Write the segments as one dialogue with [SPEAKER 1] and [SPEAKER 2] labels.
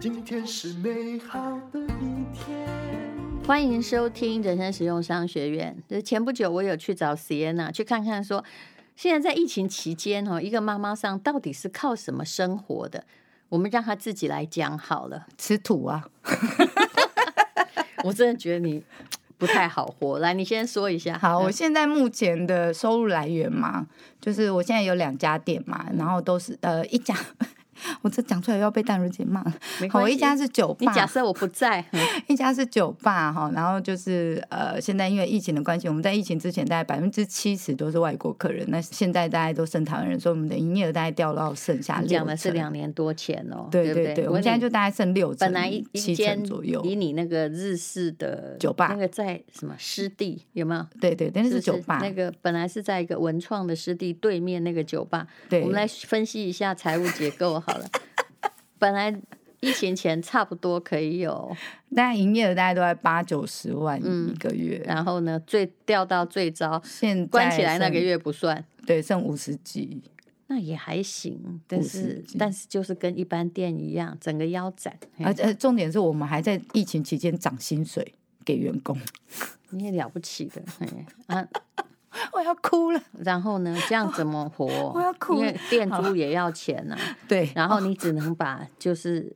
[SPEAKER 1] 今天是美好的一天。
[SPEAKER 2] 欢迎收听人生实用商学院。就是前不久我有去找 Sienna 去看看说，现在在疫情期间哦，一个妈妈上到底是靠什么生活的？我们让她自己来讲好 了。
[SPEAKER 3] 吃土啊！
[SPEAKER 2] 我真的觉得你不太好活，来，你先说一下。
[SPEAKER 3] 好，
[SPEAKER 2] 嗯
[SPEAKER 3] 我现在目前的收入来源嘛，就是我现在有两家店嘛，然后都是呃一家， 我这讲出来又要被淡如姐骂了。
[SPEAKER 2] 没
[SPEAKER 3] 好，
[SPEAKER 2] 关
[SPEAKER 3] 一
[SPEAKER 2] 系。
[SPEAKER 3] 家是酒
[SPEAKER 2] 你假
[SPEAKER 3] 吧，
[SPEAKER 2] 设我不在，嗯
[SPEAKER 3] 一家是酒吧哈，然后就是呃，现在因为疫情的关系，我们在疫情之前大概百分之七十都是外国客人，那现在大概都剩台湾人，所以我们的营业额大概掉到剩下
[SPEAKER 2] 你
[SPEAKER 3] 六
[SPEAKER 2] 讲的是
[SPEAKER 3] 成。
[SPEAKER 2] 两年多前哦，
[SPEAKER 3] 对
[SPEAKER 2] 不对
[SPEAKER 3] 对，我们现在就大概剩六成，
[SPEAKER 2] 本来一一
[SPEAKER 3] 七
[SPEAKER 2] 间
[SPEAKER 3] 成左右。
[SPEAKER 2] 以你那个日式的
[SPEAKER 3] 酒吧
[SPEAKER 2] 那个在什么湿地有没有？
[SPEAKER 3] 对对，但是
[SPEAKER 2] 就
[SPEAKER 3] 酒吧
[SPEAKER 2] 那个本来是在一个文创的湿地对面那个酒吧，
[SPEAKER 3] 对，
[SPEAKER 2] 我们来分析一下财务结构好了。 本来疫情前差不多可以有，
[SPEAKER 3] 大概营业额大概都在八九十万
[SPEAKER 2] 嗯
[SPEAKER 3] 一个月，
[SPEAKER 2] 然后呢最掉到最糟，
[SPEAKER 3] 现在
[SPEAKER 2] 关起来那个
[SPEAKER 3] 剩
[SPEAKER 2] 月不算，
[SPEAKER 3] 对，剩五十几。
[SPEAKER 2] 那也还行，但是
[SPEAKER 3] 50几
[SPEAKER 2] 但是就是跟一般店一样，整个腰斩。哎嘿
[SPEAKER 3] 而且重点是我们还在疫情期间涨薪水给员工，
[SPEAKER 2] 你也了不起的，嘿啊，
[SPEAKER 3] 我要哭了。
[SPEAKER 2] 然后呢，这样怎么活？
[SPEAKER 3] 哦我要哭
[SPEAKER 2] 因
[SPEAKER 3] 了哦
[SPEAKER 2] 为店租也要钱呐、
[SPEAKER 3] 对，
[SPEAKER 2] 然后你只能把 就是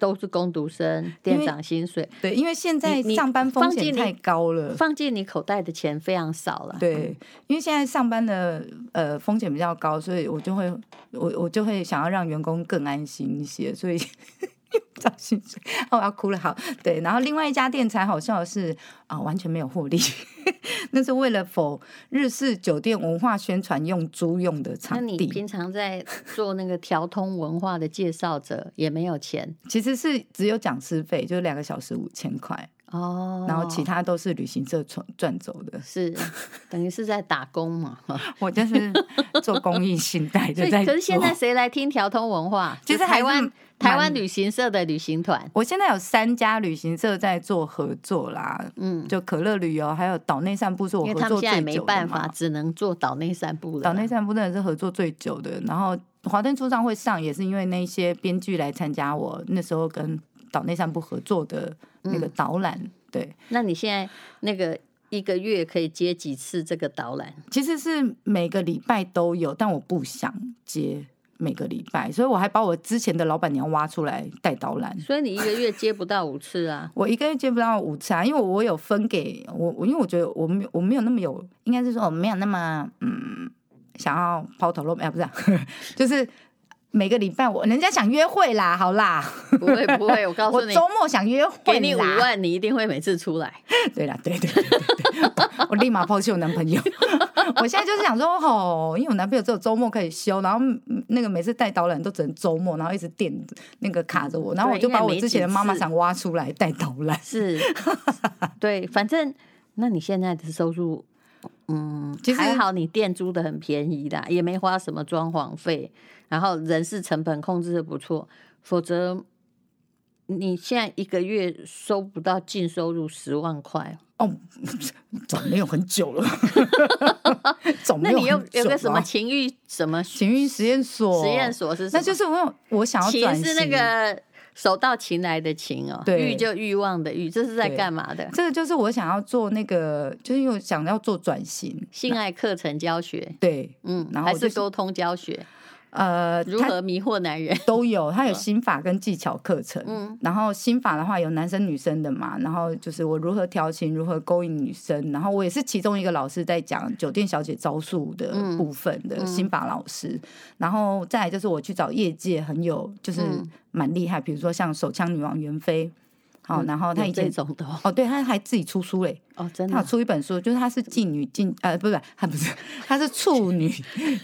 [SPEAKER 2] 都是工读生、店长薪水
[SPEAKER 3] 对，因为现在
[SPEAKER 2] 你你
[SPEAKER 3] 上班风
[SPEAKER 2] 放进
[SPEAKER 3] 险
[SPEAKER 2] 你
[SPEAKER 3] 太高了。
[SPEAKER 2] 放进你口袋的钱非常少了。
[SPEAKER 3] 对，因为现在上班的呃风险比较高，所以我就会我我就会想要让员工更安心一些，所以 涨薪水。哦，我要哭了，好对。然后另外一家店才好笑的是啊、完全没有获利， 那是为了否日式酒店文化宣传用租用的
[SPEAKER 2] 那
[SPEAKER 3] 场
[SPEAKER 2] 你
[SPEAKER 3] 地，
[SPEAKER 2] 平常在做那个调通文化的介绍者，也没有钱
[SPEAKER 3] 其实是只有讲师费，就是两个小时五千块，
[SPEAKER 2] 哦。
[SPEAKER 3] 然后其他都是旅行社赚赚走 的。
[SPEAKER 2] 是等于是在打工 嘛，
[SPEAKER 3] 我就是做公益 信贷
[SPEAKER 2] 所
[SPEAKER 3] 的
[SPEAKER 2] 以
[SPEAKER 3] 在
[SPEAKER 2] 可是现在
[SPEAKER 3] 做
[SPEAKER 2] 谁来听调通文 化？
[SPEAKER 3] 其实
[SPEAKER 2] 就
[SPEAKER 3] 还
[SPEAKER 2] 台
[SPEAKER 3] 是
[SPEAKER 2] 湾
[SPEAKER 3] 蛮
[SPEAKER 2] 台湾旅行社的旅行团，
[SPEAKER 3] 我现在有三家旅行社在做合作啦，
[SPEAKER 2] 嗯，
[SPEAKER 3] 就可乐旅游，还有岛内散步是我
[SPEAKER 2] 因为
[SPEAKER 3] 合
[SPEAKER 2] 他们
[SPEAKER 3] 作
[SPEAKER 2] 现在也
[SPEAKER 3] 最
[SPEAKER 2] 没
[SPEAKER 3] 久的
[SPEAKER 2] 办法，
[SPEAKER 3] 嘛。
[SPEAKER 2] 只能做岛内散步了啦。
[SPEAKER 3] 岛内散步真的是合作最久的，然后华灯初上会上，也是因为那些编剧来参加我那时候跟岛内散步合作的那
[SPEAKER 2] 嗯
[SPEAKER 3] 个导览。对，
[SPEAKER 2] 那你现在那个一个月可以接几次这个导览？
[SPEAKER 3] 其实是每个礼拜都有，但我不想接每个礼拜，所以我还把我之前的老板娘挖出来带导览。。
[SPEAKER 2] 所以你一个月接不到五次啊
[SPEAKER 3] 我一个月接不到五次啊，因为我有分给我，我因为我觉得我没有我没有那么有，应该是说我没有那么嗯想要抛头露面，啊、不是啊、 就是每个礼拜我人家想约会啦，好啦，
[SPEAKER 2] 不会不会，我告
[SPEAKER 3] 我
[SPEAKER 2] 诉哦你，
[SPEAKER 3] 周末想约
[SPEAKER 2] 给
[SPEAKER 3] 会
[SPEAKER 2] 你五
[SPEAKER 3] 啦，
[SPEAKER 2] 万，你一定会每次出来。
[SPEAKER 3] 对啦，对对对对对，我立马抛弃我男朋友， 我现在就是想说哦，因为我男朋友只有周末可以休，然后嗯那个每次带导览都只能周末，然后一直垫那个卡着我，然后我
[SPEAKER 2] 对
[SPEAKER 3] 就
[SPEAKER 2] 应该
[SPEAKER 3] 把我
[SPEAKER 2] 没
[SPEAKER 3] 之
[SPEAKER 2] 几
[SPEAKER 3] 前的妈妈
[SPEAKER 2] 次
[SPEAKER 3] 想挖出来带导 览。
[SPEAKER 2] 是，对，反正那你现在的收入，嗯，
[SPEAKER 3] 其实
[SPEAKER 2] 还好，你店租的很便宜啦，也没花什么装潢费，然后人事成本控制的不错，否则。你现在一个月收不到净收入十万块，
[SPEAKER 3] 哦，总没有很久 了，总
[SPEAKER 2] 那
[SPEAKER 3] 没
[SPEAKER 2] 你
[SPEAKER 3] 有
[SPEAKER 2] 有
[SPEAKER 3] 很久
[SPEAKER 2] 有个什么
[SPEAKER 3] 了
[SPEAKER 2] 情欲什么
[SPEAKER 3] 情欲实验所？
[SPEAKER 2] 实验，所是什么？
[SPEAKER 3] 那就是我有我想要
[SPEAKER 2] 情
[SPEAKER 3] 转
[SPEAKER 2] 是
[SPEAKER 3] 型
[SPEAKER 2] 那。个手到擒来的擒哦，
[SPEAKER 3] 对
[SPEAKER 2] 欲就欲望的欲，这是在
[SPEAKER 3] 对
[SPEAKER 2] 干嘛的？
[SPEAKER 3] 这个就是我想要做那个，就是因为我想要做转型，
[SPEAKER 2] 性爱课程教学，
[SPEAKER 3] 对，
[SPEAKER 2] 嗯，
[SPEAKER 3] 然后
[SPEAKER 2] 还
[SPEAKER 3] 我就是是
[SPEAKER 2] 沟通教学，
[SPEAKER 3] 呃，
[SPEAKER 2] 如
[SPEAKER 3] 它
[SPEAKER 2] 何迷惑男人？
[SPEAKER 3] 都有，它有心法跟技巧课程，
[SPEAKER 2] 嗯
[SPEAKER 3] 然后心法的话有男生女生的嘛，然后就是我如何调情，如何勾引女生，然后我也是其中一个老师在讲酒店小姐招数的
[SPEAKER 2] 嗯
[SPEAKER 3] 部分的心法老师，然后再来就是我去找业界很有就是
[SPEAKER 2] 嗯
[SPEAKER 3] 蛮厉害，比如说像手枪女王袁飞，好、然后她
[SPEAKER 2] 嗯有
[SPEAKER 3] 以
[SPEAKER 2] 这
[SPEAKER 3] 前。
[SPEAKER 2] 种的哦
[SPEAKER 3] 哦，对，她还自己出书嘞，
[SPEAKER 2] 哦，真
[SPEAKER 3] 她有
[SPEAKER 2] 的
[SPEAKER 3] 出一本书，就是她是妓女进呃，不是，她不是，她是 处女，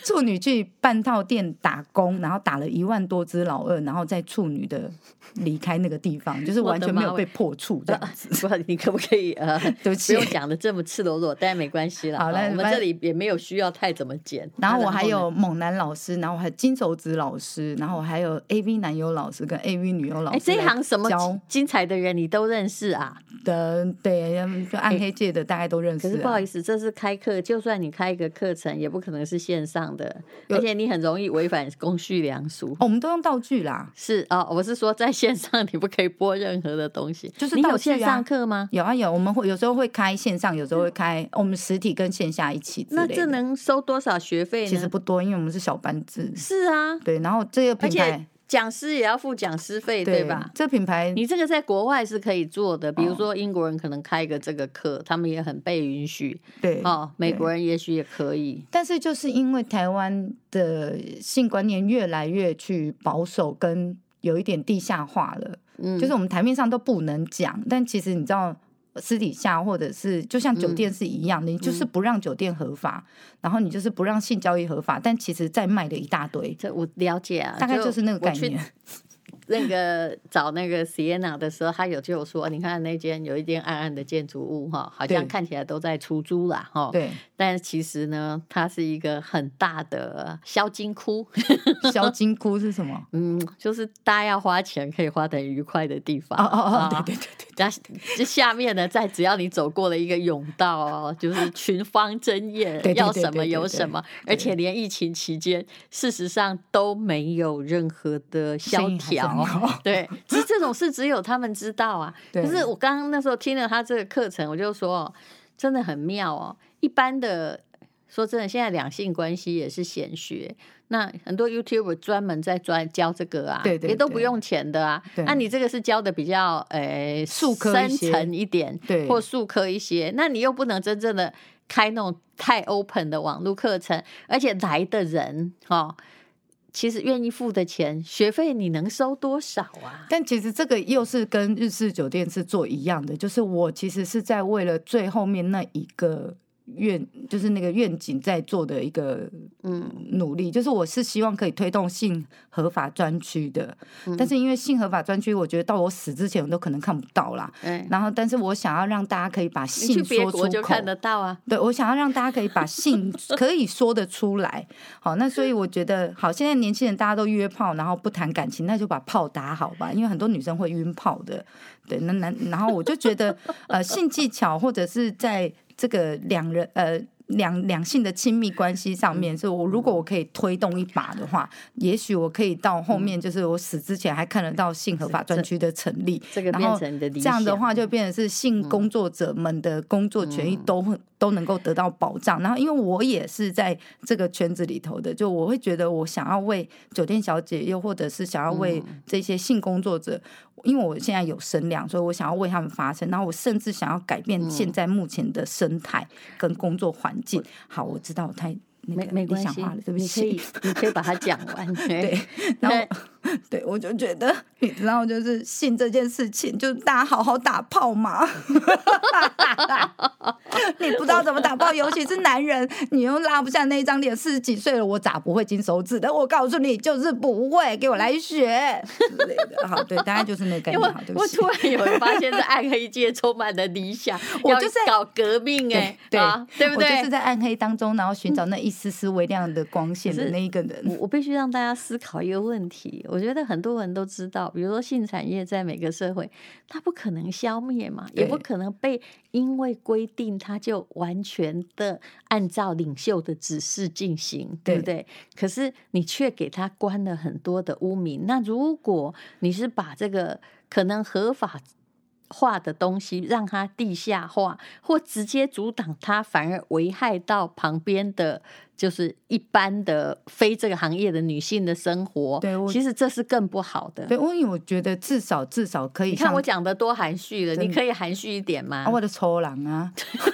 [SPEAKER 3] 处女去半套店打工，然后打了一万多只老二，然后再处女的离开那个地方，就是
[SPEAKER 2] 我的
[SPEAKER 3] 完全没
[SPEAKER 2] 妈
[SPEAKER 3] 有
[SPEAKER 2] 喂
[SPEAKER 3] 被破 处这样 子。
[SPEAKER 2] 不，你可不可以 呃，
[SPEAKER 3] 对不
[SPEAKER 2] 不
[SPEAKER 3] 起
[SPEAKER 2] 用，讲的这么赤裸裸，但没关系啦。哦
[SPEAKER 3] 好那
[SPEAKER 2] 我们
[SPEAKER 3] 反
[SPEAKER 2] 这
[SPEAKER 3] 正
[SPEAKER 2] 里也没有需要太怎么剪。
[SPEAKER 3] 然后我还
[SPEAKER 2] 呢
[SPEAKER 3] 有猛男老师，然后我还有金手指老师，然后我还有 A V 男优老师跟 A V 女优老
[SPEAKER 2] 哎，
[SPEAKER 3] 师。
[SPEAKER 2] 这一行什么
[SPEAKER 3] 教
[SPEAKER 2] 精精彩的人你都认识啊？
[SPEAKER 3] 的对，就按暗黑界的大概都认
[SPEAKER 2] 可
[SPEAKER 3] 识、啊。
[SPEAKER 2] 是不好意思，这是开课，就算你开一个课程，也不可能是线上的，
[SPEAKER 3] 有
[SPEAKER 2] 而且你很容易违反公序良俗。
[SPEAKER 3] 哦我们都用道具啦，
[SPEAKER 2] 是哦，我是说在线上你不可以播任何的东西。
[SPEAKER 3] 就是
[SPEAKER 2] 你
[SPEAKER 3] 道具
[SPEAKER 2] 有
[SPEAKER 3] 啊
[SPEAKER 2] 线上课吗？
[SPEAKER 3] 有啊有，我们会有时候会开线上，有时候会开、我们实体跟线下一起之类
[SPEAKER 2] 那
[SPEAKER 3] 的。
[SPEAKER 2] 这能收多少学费呢？
[SPEAKER 3] 其实不多，因为我们是小班制。
[SPEAKER 2] 是啊，
[SPEAKER 3] 对，然后这个
[SPEAKER 2] 而
[SPEAKER 3] 品
[SPEAKER 2] 且
[SPEAKER 3] 牌，
[SPEAKER 2] 讲师也要付讲师费，对吧？
[SPEAKER 3] 这品牌
[SPEAKER 2] 你这个在国外是可以做的，
[SPEAKER 3] 哦
[SPEAKER 2] 比如说英国人可能开一个这个课，他们也很被允许
[SPEAKER 3] 对
[SPEAKER 2] 哦。美
[SPEAKER 3] 对
[SPEAKER 2] 国人也许也可以，
[SPEAKER 3] 但是就是因为台湾的性观念越来越去保守，跟有一点地下化了，
[SPEAKER 2] 嗯，
[SPEAKER 3] 就是我们台面上都不能讲，但其实你知道。私底下或者是就像酒
[SPEAKER 2] 嗯
[SPEAKER 3] 店是一样的，你就是不让酒店合法，然后你就是不让性交易合法，但其实在卖的一大堆，
[SPEAKER 2] 这我了解啊，
[SPEAKER 3] 大概就是那个概
[SPEAKER 2] 我去
[SPEAKER 3] 念。
[SPEAKER 2] 那个找那个 Sienna 的时候，他有就有说，你看那间有一间暗暗的建筑物哈，好像
[SPEAKER 3] 对
[SPEAKER 2] 看起来都在出租啦哈，
[SPEAKER 3] 对，
[SPEAKER 2] 但其实呢，它是一个很大的销金窟，
[SPEAKER 3] 小金菇是什么？
[SPEAKER 2] 嗯，就是大家要花钱可以花得很愉快的地方
[SPEAKER 3] 哦哦哦
[SPEAKER 2] 啊，
[SPEAKER 3] 对对对 对，
[SPEAKER 2] 那这下面呢，在只要你走过了一个甬道哦，就是群芳争艳
[SPEAKER 3] 对对，对
[SPEAKER 2] 要什么
[SPEAKER 3] 对对
[SPEAKER 2] 有
[SPEAKER 3] 对
[SPEAKER 2] 什么，
[SPEAKER 3] 对
[SPEAKER 2] 而且连疫情期间，事实上都没有任何的萧
[SPEAKER 3] 生意还是很
[SPEAKER 2] 条。
[SPEAKER 3] 好
[SPEAKER 2] 对，其实这种事只有他们知道啊。
[SPEAKER 3] 对
[SPEAKER 2] 可是我刚刚那时候听了他这个课程，我就说，哦真的很妙哦。一般的，说真的，现在两性关系也是显学，那很多 YouTuber 专门在专教这个啊，
[SPEAKER 3] 对对
[SPEAKER 2] 也都不
[SPEAKER 3] 对
[SPEAKER 2] 用钱的啊。
[SPEAKER 3] 对
[SPEAKER 2] 那、你这个是教的比较呃
[SPEAKER 3] 术科一
[SPEAKER 2] 深
[SPEAKER 3] 些
[SPEAKER 2] 层一点，
[SPEAKER 3] 对
[SPEAKER 2] 或术科一些，那你又不能真正的开那种太 open 的网络课程，而且来的人哦，其实愿意付的钱，学费你能收多少啊？
[SPEAKER 3] 但其实这个又是跟日式酒店是做一样的，就是我其实是在为了最后面那一个愿，就是那个愿景在做的一个
[SPEAKER 2] 嗯，
[SPEAKER 3] 努力，就是我是希望可以推动性合法专区的，但是因为性合法专区，我觉得到我死之前我都可能看不到啦。
[SPEAKER 2] 哎，
[SPEAKER 3] 然后，但是我想要让大家可以把
[SPEAKER 2] 你去
[SPEAKER 3] 性
[SPEAKER 2] 别
[SPEAKER 3] 说出
[SPEAKER 2] 国
[SPEAKER 3] 口，
[SPEAKER 2] 就看得到啊。
[SPEAKER 3] 对，我想要让大家可以把性 可以说得出来。好，那所以我觉得，好，现在年轻人大家都约炮，然后不谈感情，那就把炮打好吧，因为很多女生会晕炮的。对，那男，然后我就觉得，呃，性技巧或者是在这个两人呃。两两性的亲密关系上面，所以我如果我可以推动一把的话，也许我可以到后面，就是我死之前还看得到性合法专区的成立，
[SPEAKER 2] 这个
[SPEAKER 3] 然
[SPEAKER 2] 变
[SPEAKER 3] 后
[SPEAKER 2] 成你的理
[SPEAKER 3] 这样的
[SPEAKER 2] 想嗯
[SPEAKER 3] 话，就变成是性工作者们的工作权益都会、都能够得到保障。然后，因为我也是在这个圈子里头的，就我会觉得我想要为酒店小姐，又或者是想要为
[SPEAKER 2] 嗯
[SPEAKER 3] 这些性工作者，因为我现在有声量，所以我想要为他们发声。然后，我甚至想要改
[SPEAKER 2] 嗯
[SPEAKER 3] 变现在目前的生态跟工作环境。好，我知道我太那
[SPEAKER 2] 没
[SPEAKER 3] 个
[SPEAKER 2] 没
[SPEAKER 3] 理
[SPEAKER 2] 关
[SPEAKER 3] 想
[SPEAKER 2] 系啊
[SPEAKER 3] 化了，，对不
[SPEAKER 2] 你可以
[SPEAKER 3] 起。
[SPEAKER 2] 你可以把它讲完。 对
[SPEAKER 3] 对，然后对，我就觉得，你知道，就是性这件事情，就大家好好打炮嘛。 你不知道怎么打炮，尤其是男人，你又拉不下那一张脸。四十几岁了，我咋不会金手指的？我告诉你，就是不会，给我来学之类的。好，对，大概就是那个概
[SPEAKER 2] 因
[SPEAKER 3] 念。
[SPEAKER 2] 为
[SPEAKER 3] 好，对不
[SPEAKER 2] 我
[SPEAKER 3] 起
[SPEAKER 2] 突。然有发 现，这暗黑界充满了理想，
[SPEAKER 3] 我
[SPEAKER 2] 要
[SPEAKER 3] 就在
[SPEAKER 2] 搞革命哎、
[SPEAKER 3] 对
[SPEAKER 2] 啊，对不
[SPEAKER 3] 我
[SPEAKER 2] 对
[SPEAKER 3] 就是？在暗黑当中，然后寻找那一丝丝微亮的光线
[SPEAKER 2] 可
[SPEAKER 3] 的
[SPEAKER 2] 是
[SPEAKER 3] 那一个人。
[SPEAKER 2] 我我必须让大家思考一个问题，我觉得很多人都知道，比如说性产业在每个社会，它不可能消灭嘛，也
[SPEAKER 3] 对
[SPEAKER 2] 不可能被因为规定它就完全的按照领袖的指示进行，对不对？可是你却给它关了很多的污名。那如果你是把这个可能合法化的东西让它地下化，或直接阻挡它，反而危害到旁边的就是一般的非这个行业的女性的生活。
[SPEAKER 3] 对我
[SPEAKER 2] 其实这是更不好的。
[SPEAKER 3] 对，因为我觉得至少至少可以
[SPEAKER 2] 你
[SPEAKER 3] 像
[SPEAKER 2] 看我讲的多含蓄了，
[SPEAKER 3] 真的
[SPEAKER 2] 你可以含蓄一点吗？
[SPEAKER 3] 啊，我的抽狼啊！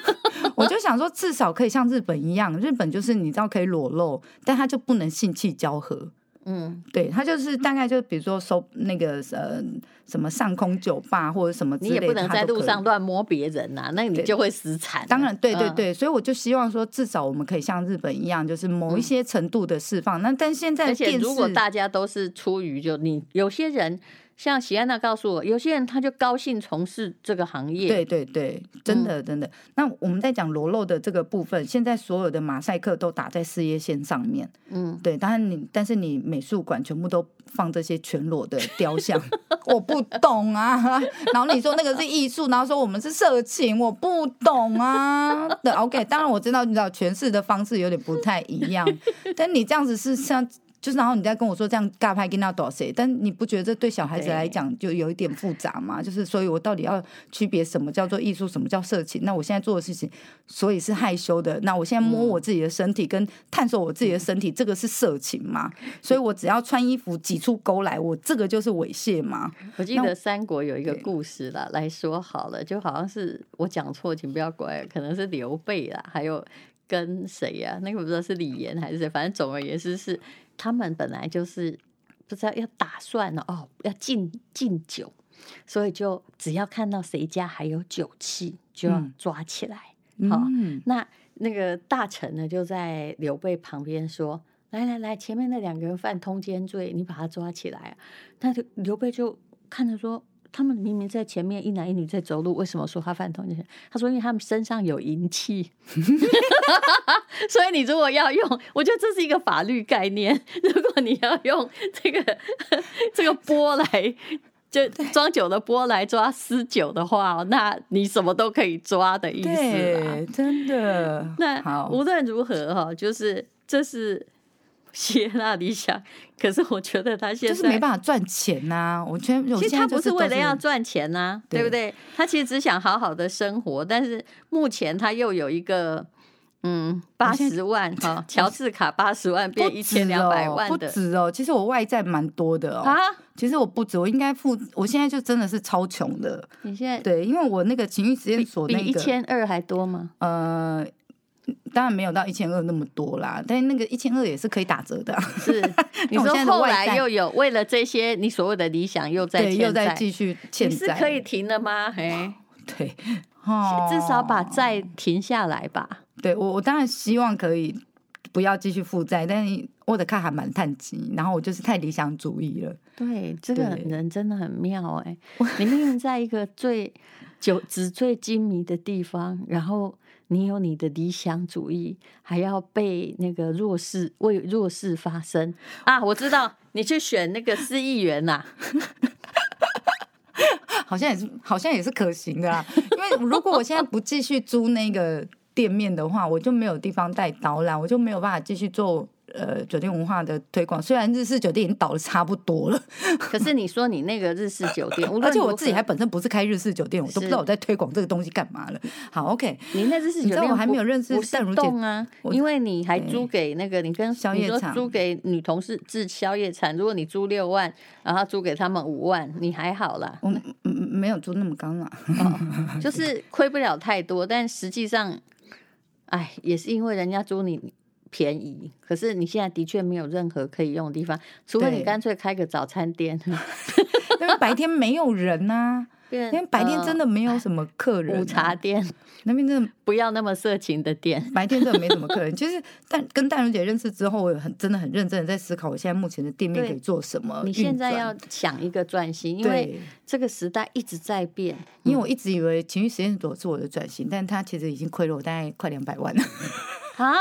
[SPEAKER 3] 我就想说，至少可以像日本一样，日本就是你知道可以裸露，但它就不能性器交合。
[SPEAKER 2] 嗯，
[SPEAKER 3] 对，它就是大概就比如说收那个呃什么上空酒吧或者什么之
[SPEAKER 2] 你
[SPEAKER 3] 类
[SPEAKER 2] 也
[SPEAKER 3] 的，
[SPEAKER 2] 不能
[SPEAKER 3] 它
[SPEAKER 2] 在
[SPEAKER 3] 都可
[SPEAKER 2] 路
[SPEAKER 3] 以
[SPEAKER 2] 上。啊乱摸别人呐、啊那你
[SPEAKER 3] 对
[SPEAKER 2] 就会死惨。
[SPEAKER 3] 当然，对对
[SPEAKER 2] 嗯
[SPEAKER 3] 对，所以我就希望说，至少我们可以像日本一样，就是某一些程度的释放。那但现在
[SPEAKER 2] 而且
[SPEAKER 3] 电视
[SPEAKER 2] 如果大家都是出于就你有些人像喜安娜告诉我，有些人他就高兴从事这个行业，
[SPEAKER 3] 对对对，
[SPEAKER 2] 嗯
[SPEAKER 3] 真的真的。那我们在讲裸露的这个部分，现在所有的马赛克都打在事业线上面。
[SPEAKER 2] 嗯，
[SPEAKER 3] 对，当然你，但是你美术馆全部都放这些全裸的雕像，我不懂啊。然后你说那个是艺术，然后说我们是色情，我不懂啊。对，OK，当然我知道，你知道诠释的方式有点不太一样， 但你这样子是像。就是，然后你再跟我说这样尬拍跟那多谁？但你不觉得这对小孩子来讲就有一点复杂吗？就是，所以我到底要区别什么叫做艺术，什么叫色情？那我现在做的事情，所以是害羞的。那我现在摸我自己的身体，跟探索我自己的身体，这个是色情吗？所以我只要穿衣服挤出沟来，我这个就是猥亵吗？
[SPEAKER 2] 我记得三国有一个故事啦，来说好了，就好像是我讲错，请不要怪，可能是刘备啦，还有跟谁呀、那个不知道是李严还是谁，反正总而言之是他们本来就是不知道要打算了哦，要敬敬酒，所以就只要看到谁家还有酒气，就要
[SPEAKER 3] 嗯
[SPEAKER 2] 抓起来。好
[SPEAKER 3] 嗯，
[SPEAKER 2] 那那个大臣呢，就在刘备旁边说：“来来来，前面那两个人犯通奸罪，你把他抓起来、啊。”那就刘备就看着说：“他们明明在前面，一男一女在走路，为什么说他犯通奸罪？”他说：“因为他们身上有淫气，所以你如果要用，我觉得这是一个法律概念。如果你要用这个 这个波来。”就装酒的波来抓私酒的话、哦，那你什么都可以抓的意思啦。
[SPEAKER 3] 对，真的。
[SPEAKER 2] 嗯 那
[SPEAKER 3] 好，
[SPEAKER 2] 无论如何哈，就是这是谢娜理想，可是我觉得他现
[SPEAKER 3] 就
[SPEAKER 2] 在
[SPEAKER 3] 是没办法赚钱呐、我觉得我
[SPEAKER 2] 其实
[SPEAKER 3] 现
[SPEAKER 2] 他
[SPEAKER 3] 在
[SPEAKER 2] 不
[SPEAKER 3] 就是都
[SPEAKER 2] 为了要赚钱呐、
[SPEAKER 3] 对
[SPEAKER 2] 对不对？他其实只想好好的生活，但是目前他又有一个。嗯，八
[SPEAKER 3] 现在
[SPEAKER 2] 十万哈，乔治卡八十万
[SPEAKER 3] 不
[SPEAKER 2] 变一千两百万的
[SPEAKER 3] 止哦不止哦。其实我外债蛮多的哦。
[SPEAKER 2] 啊！
[SPEAKER 3] 其实我不止，我应该付，我现在就真的是超穷的。
[SPEAKER 2] 你现在
[SPEAKER 3] 对，因为我那个情欲实验所
[SPEAKER 2] 比
[SPEAKER 3] 那
[SPEAKER 2] 一
[SPEAKER 3] 个，
[SPEAKER 2] 千二还多 吗？
[SPEAKER 3] 呃，当然没有到一千二那么多啦，但是那个一千二也是可以打折的啊、
[SPEAKER 2] 是，你
[SPEAKER 3] 那我
[SPEAKER 2] 说
[SPEAKER 3] 现在的
[SPEAKER 2] 后
[SPEAKER 3] 外
[SPEAKER 2] 来
[SPEAKER 3] 债
[SPEAKER 2] 又有为了这些你所谓的理想又在
[SPEAKER 3] 对，又
[SPEAKER 2] 欠
[SPEAKER 3] 在
[SPEAKER 2] 债，
[SPEAKER 3] 继续欠
[SPEAKER 2] 你是
[SPEAKER 3] 债，
[SPEAKER 2] 可以停的吗？ 嘿，
[SPEAKER 3] 对，哦
[SPEAKER 2] 至少把债停下来吧。
[SPEAKER 3] 对我，我当然希望可以不要继续负债，但是我的看还蛮叹气，然后我就是太理想主义了，
[SPEAKER 2] 对，这个
[SPEAKER 3] 对
[SPEAKER 2] 人真的很妙哎、你明明在一个最酒纸醉金迷的地方，然后你有你的理想主义，还要被那个弱势为弱势发声 啊！我知道你去选那个市议员啊啦、
[SPEAKER 3] 好像也是，好像也是可行的啦。 因为如果我现在不继续租那个店面的话，我就没有地方带导览，我就没有办法继续做呃酒店文化的推广。虽然日式酒店已经倒的差不多了，
[SPEAKER 2] 可是你说你那个日式酒 店，无论
[SPEAKER 3] 而且
[SPEAKER 2] 如
[SPEAKER 3] 我
[SPEAKER 2] 何
[SPEAKER 3] 自己还本身不是开日式酒店，我都不知道
[SPEAKER 2] 是
[SPEAKER 3] 我在推广这个东西干嘛了。好，OK，
[SPEAKER 2] 你那日式
[SPEAKER 3] 你
[SPEAKER 2] 酒
[SPEAKER 3] 知
[SPEAKER 2] 店
[SPEAKER 3] 道
[SPEAKER 2] 不，
[SPEAKER 3] 我还没有认识
[SPEAKER 2] 不是
[SPEAKER 3] 淡如姐
[SPEAKER 2] 动啊，
[SPEAKER 3] 我
[SPEAKER 2] 因为你还租给那个你跟
[SPEAKER 3] 宵
[SPEAKER 2] 你
[SPEAKER 3] 夜
[SPEAKER 2] 说
[SPEAKER 3] 场，
[SPEAKER 2] 租给女同事制宵夜餐，如果你租六万，然后租给他们五万，你还好啦
[SPEAKER 3] 我嗯嗯没有租那么高啦。
[SPEAKER 2] 就是亏不了太多，但实际上，哎，也是因为人家租你。便宜，可是你现在的确没有任何可以用的地方，除非
[SPEAKER 3] 对
[SPEAKER 2] 你干脆开个早餐店。
[SPEAKER 3] 因为白天没有人呐、
[SPEAKER 2] 因
[SPEAKER 3] 因为白天真的没有什么客人、
[SPEAKER 2] 呃
[SPEAKER 3] 啊
[SPEAKER 2] 午茶，店，
[SPEAKER 3] 那边真的
[SPEAKER 2] 不要那么色情的店。
[SPEAKER 3] 白天真的没什么客人，就是但跟淡如姐认识之后，我有很真的很认真的在思考，我现在目前的店面
[SPEAKER 2] 对
[SPEAKER 3] 可以做什么
[SPEAKER 2] 你
[SPEAKER 3] 呃运转。
[SPEAKER 2] 现在要想一个转型，因为嗯
[SPEAKER 3] 对，
[SPEAKER 2] 这个时代一直在变。
[SPEAKER 3] 因为我一直以为情绪实验所是我的转型，但它其实已经亏了我大概快两百万了。
[SPEAKER 2] 啊，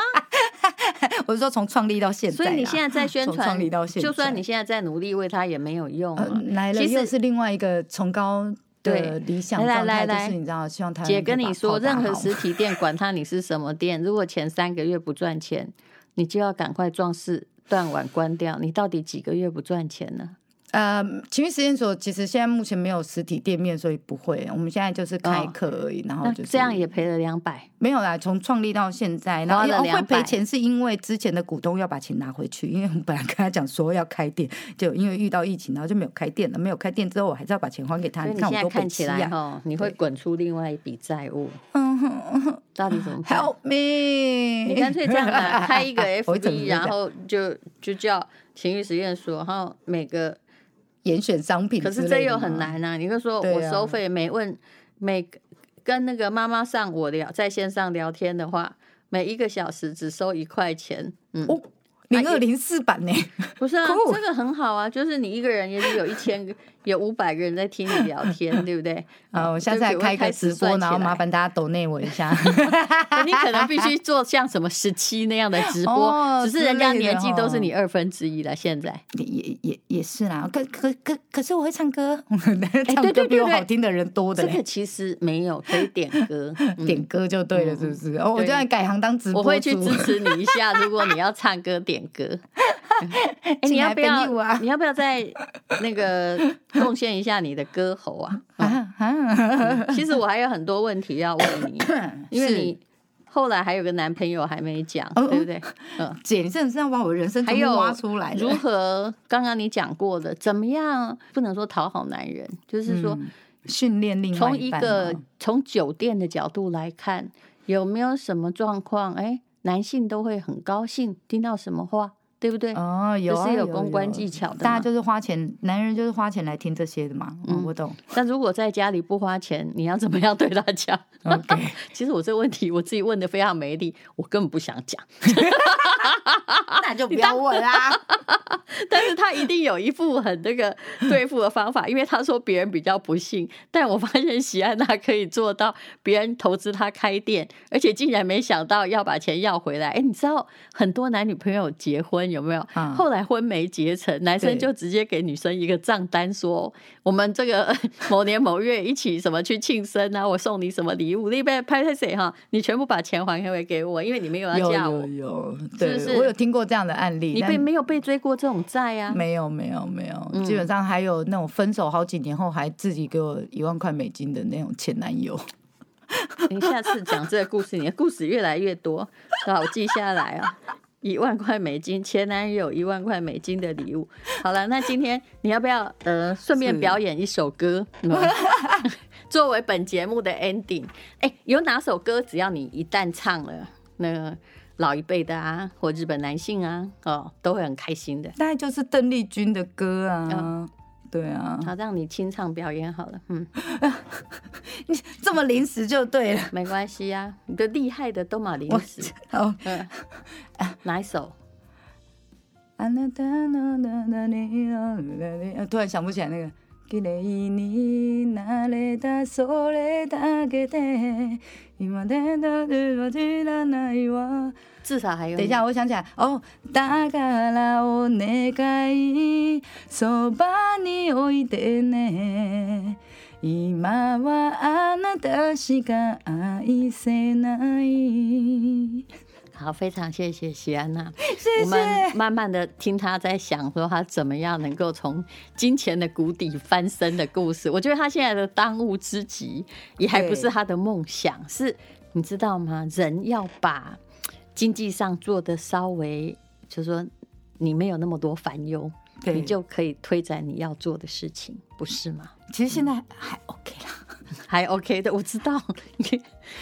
[SPEAKER 3] 我是说从创立到现在
[SPEAKER 2] 所
[SPEAKER 3] 啦，
[SPEAKER 2] 以你现在在宣
[SPEAKER 3] 从
[SPEAKER 2] 传
[SPEAKER 3] 创立到，现在
[SPEAKER 2] 就算你现在在努力为他也没有用啊、
[SPEAKER 3] 呃来了
[SPEAKER 2] 其实
[SPEAKER 3] 又是另外一个崇高的
[SPEAKER 2] 对
[SPEAKER 3] 理想
[SPEAKER 2] 来
[SPEAKER 3] 状
[SPEAKER 2] 来
[SPEAKER 3] 态，
[SPEAKER 2] 来
[SPEAKER 3] 就是你知道，希望他
[SPEAKER 2] 姐跟你说，任何实
[SPEAKER 3] 时
[SPEAKER 2] 体店，管它你是什么店，如果前三个月不赚钱，你就要赶快壮士断腕关掉。你到底几个月不赚钱呢？
[SPEAKER 3] 呃，情绪实验所其实现在目前没有实体店面，所以不会。我们现在就是开
[SPEAKER 2] 哦
[SPEAKER 3] 课而已，然后
[SPEAKER 2] 那
[SPEAKER 3] 就是
[SPEAKER 2] 这样也赔了两百。
[SPEAKER 3] 没有啦，从创立到现在，然后
[SPEAKER 2] 花了
[SPEAKER 3] 哦会赔
[SPEAKER 2] 200
[SPEAKER 3] 钱，是因为之前的股东要把钱拿回去，因为我本来跟他讲说要开店，就因为遇到疫情，然后就没有开店了。没有开店之后，我还是要把钱还给他。
[SPEAKER 2] 所以你
[SPEAKER 3] 啊你看
[SPEAKER 2] 现
[SPEAKER 3] 我
[SPEAKER 2] 在
[SPEAKER 3] 多
[SPEAKER 2] 看
[SPEAKER 3] 北
[SPEAKER 2] 起
[SPEAKER 3] 齐
[SPEAKER 2] 来
[SPEAKER 3] 呀、
[SPEAKER 2] 哈，你会滚出另外一笔债务，
[SPEAKER 3] 嗯哼
[SPEAKER 2] 到底怎么办？
[SPEAKER 3] ，Help
[SPEAKER 2] 你
[SPEAKER 3] me！
[SPEAKER 2] 干脆这样吧，开一个
[SPEAKER 3] 我怎么
[SPEAKER 2] FB，
[SPEAKER 3] 会这样
[SPEAKER 2] 然后就就叫情欲实验所，然后每个
[SPEAKER 3] 严选商品，
[SPEAKER 2] 可是这又很。难啊！你就说
[SPEAKER 3] 对
[SPEAKER 2] 我
[SPEAKER 3] 啊
[SPEAKER 2] 收费每问每跟那个妈妈上我聊在线上聊天的话，每一个小时只收一块钱，嗯，
[SPEAKER 3] 哦零二零四版呢、
[SPEAKER 2] 不是啊，
[SPEAKER 3] Cool
[SPEAKER 2] 这个很好啊，就是你一个人也许有一千个、有五百个人在听你聊天，对不对？嗯
[SPEAKER 3] 啊，我下次
[SPEAKER 2] 哦对
[SPEAKER 3] 来
[SPEAKER 2] 不起
[SPEAKER 3] 开一
[SPEAKER 2] 我
[SPEAKER 3] 个
[SPEAKER 2] 始
[SPEAKER 3] 直播，
[SPEAKER 2] 算起
[SPEAKER 3] 然后麻
[SPEAKER 2] 来
[SPEAKER 3] 烦大家抖内我一 下。
[SPEAKER 2] 你可能必 须做像什么十七那样的直播，
[SPEAKER 3] 哦
[SPEAKER 2] 只是人家
[SPEAKER 3] 之类的
[SPEAKER 2] 年纪都是
[SPEAKER 3] 哦
[SPEAKER 2] 你二分之一了。现在，
[SPEAKER 3] 也也也也是啦，可可可可是我会唱歌，
[SPEAKER 2] 对
[SPEAKER 3] 唱
[SPEAKER 2] 哎对
[SPEAKER 3] 歌比我
[SPEAKER 2] 对
[SPEAKER 3] 好听的人多的
[SPEAKER 2] 这
[SPEAKER 3] 嘞
[SPEAKER 2] 个。其实没有可以点歌，嗯
[SPEAKER 3] 点歌就对了，是不是？哦，我
[SPEAKER 2] 对
[SPEAKER 3] 就要改行当直播
[SPEAKER 2] 我
[SPEAKER 3] 主，啊
[SPEAKER 2] 会去支持你一下。如果你要唱歌点歌，哎、你要不
[SPEAKER 3] 亲爱朋友
[SPEAKER 2] 要？
[SPEAKER 3] 啊
[SPEAKER 2] 你要不要再那 个贡献一下你的歌喉啊？
[SPEAKER 3] 啊啊！
[SPEAKER 2] 其实我还有很多问题要问 你，因为
[SPEAKER 3] 是
[SPEAKER 2] 你后来还有个男朋友还没讲，
[SPEAKER 3] 哦
[SPEAKER 2] 对不对？嗯，
[SPEAKER 3] 姐，你真的是要把我人生
[SPEAKER 2] 还
[SPEAKER 3] 全部
[SPEAKER 2] 有
[SPEAKER 3] 挖出来了
[SPEAKER 2] 如何？刚刚你讲过的，怎么样不能说讨好男人，就是说
[SPEAKER 3] 嗯训练另外
[SPEAKER 2] 从一
[SPEAKER 3] 半哦
[SPEAKER 2] 个
[SPEAKER 3] 嘛
[SPEAKER 2] 从酒店的角度来看，有没有什么状况？哎，男性都会很高兴听到什么话，对不对？
[SPEAKER 3] 哦，有啊
[SPEAKER 2] 这是有
[SPEAKER 3] 有
[SPEAKER 2] 公关技巧的嘛
[SPEAKER 3] 大家就是花钱，男人就是花钱来听这些的嘛。嗯，
[SPEAKER 2] 嗯
[SPEAKER 3] 我懂。
[SPEAKER 2] 但如果在家里不花钱，你要怎么样对他讲？
[SPEAKER 3] OK，
[SPEAKER 2] 其实我这个问题我自己问的非常没力，我根本不想讲。啊
[SPEAKER 3] 那就不要问啦。
[SPEAKER 2] 但是他一定有一副很那个对付的方法，因为他说别人比较不幸，但我发现喜安娜可以做到，别人投资他开店，而且竟然没想到要把钱要回来。哎，你知道很多男女朋友结婚有没有？
[SPEAKER 3] 嗯
[SPEAKER 2] 后来婚没结成，男生
[SPEAKER 3] 对
[SPEAKER 2] 就直接给女生一个账单说，我们这个某年某月一起什么去庆生啊，我送你什么礼物，那边拍拍谁哈，你全部把钱还回给我，因为你没有要
[SPEAKER 3] 有
[SPEAKER 2] 嫁我
[SPEAKER 3] 有，有，对
[SPEAKER 2] 是不是
[SPEAKER 3] 我有听过这样的案例，
[SPEAKER 2] 你
[SPEAKER 3] 但
[SPEAKER 2] 被没有被追过这种债啊？
[SPEAKER 3] 没有没有没有，
[SPEAKER 2] 嗯
[SPEAKER 3] 基本上还有那种分手好几年后还自己给我一万块美金的那种前男友，
[SPEAKER 2] 你下次讲这个故事，你的故事越来越多，好，我记下来啊。 一万块美金，前男友一万块美金的礼物。好了，那今天你要不要呃顺便
[SPEAKER 3] 是
[SPEAKER 2] 表演一首歌，嗯 作为本节目的 ending？哎、有哪首歌只要你一旦唱了，那老一辈的啊，或日本男性啊，哦，都会很开心的。
[SPEAKER 3] 大概就是邓丽君的歌啊。对啊，
[SPEAKER 2] 好，让你清唱表演好了，嗯，
[SPEAKER 3] 你这么临时就对了。
[SPEAKER 2] 没关系啊，你的厉害的都马临
[SPEAKER 3] 我
[SPEAKER 2] 时，
[SPEAKER 3] 好，
[SPEAKER 2] 嗯，哪一首？
[SPEAKER 3] 啊那哒那那那你啊那你啊突然想不起来那个。綺麗になれたそれだけで今でだるは知らないわ
[SPEAKER 2] 至少还有
[SPEAKER 3] 等一
[SPEAKER 2] 你
[SPEAKER 3] 下，我想起来哦，だからお願いそばに置いてね。今はあなたしか愛せない。
[SPEAKER 2] 好，非常谢谢席安娜。
[SPEAKER 3] 谢
[SPEAKER 2] 我们
[SPEAKER 3] 谢。
[SPEAKER 2] 慢慢的听她在想说她怎么样能够从金钱的谷底翻身的故事。我觉得她现在的当务之急也还不是她的梦想，是你知道吗？人要把经济上做的稍微，就是说你没有那么多烦忧，
[SPEAKER 3] 对
[SPEAKER 2] 你就可以推展你要做的事情，不是吗？
[SPEAKER 3] 其实现在还 OK 啦，
[SPEAKER 2] 还 OK 的，我知道，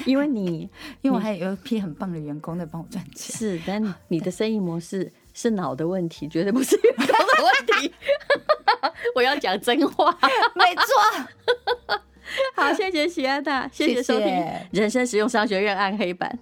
[SPEAKER 2] 因为 你
[SPEAKER 3] 因为我还有一批很棒的员工在帮我赚钱。
[SPEAKER 2] 是，但你的生意模式是脑的问题，绝对不是员工的问题。 我要讲真话。
[SPEAKER 3] 没错，
[SPEAKER 2] 好，谢谢喜安娜，谢谢收听
[SPEAKER 3] 谢
[SPEAKER 2] 《
[SPEAKER 3] 谢
[SPEAKER 2] 人生实用商学院暗黑版》。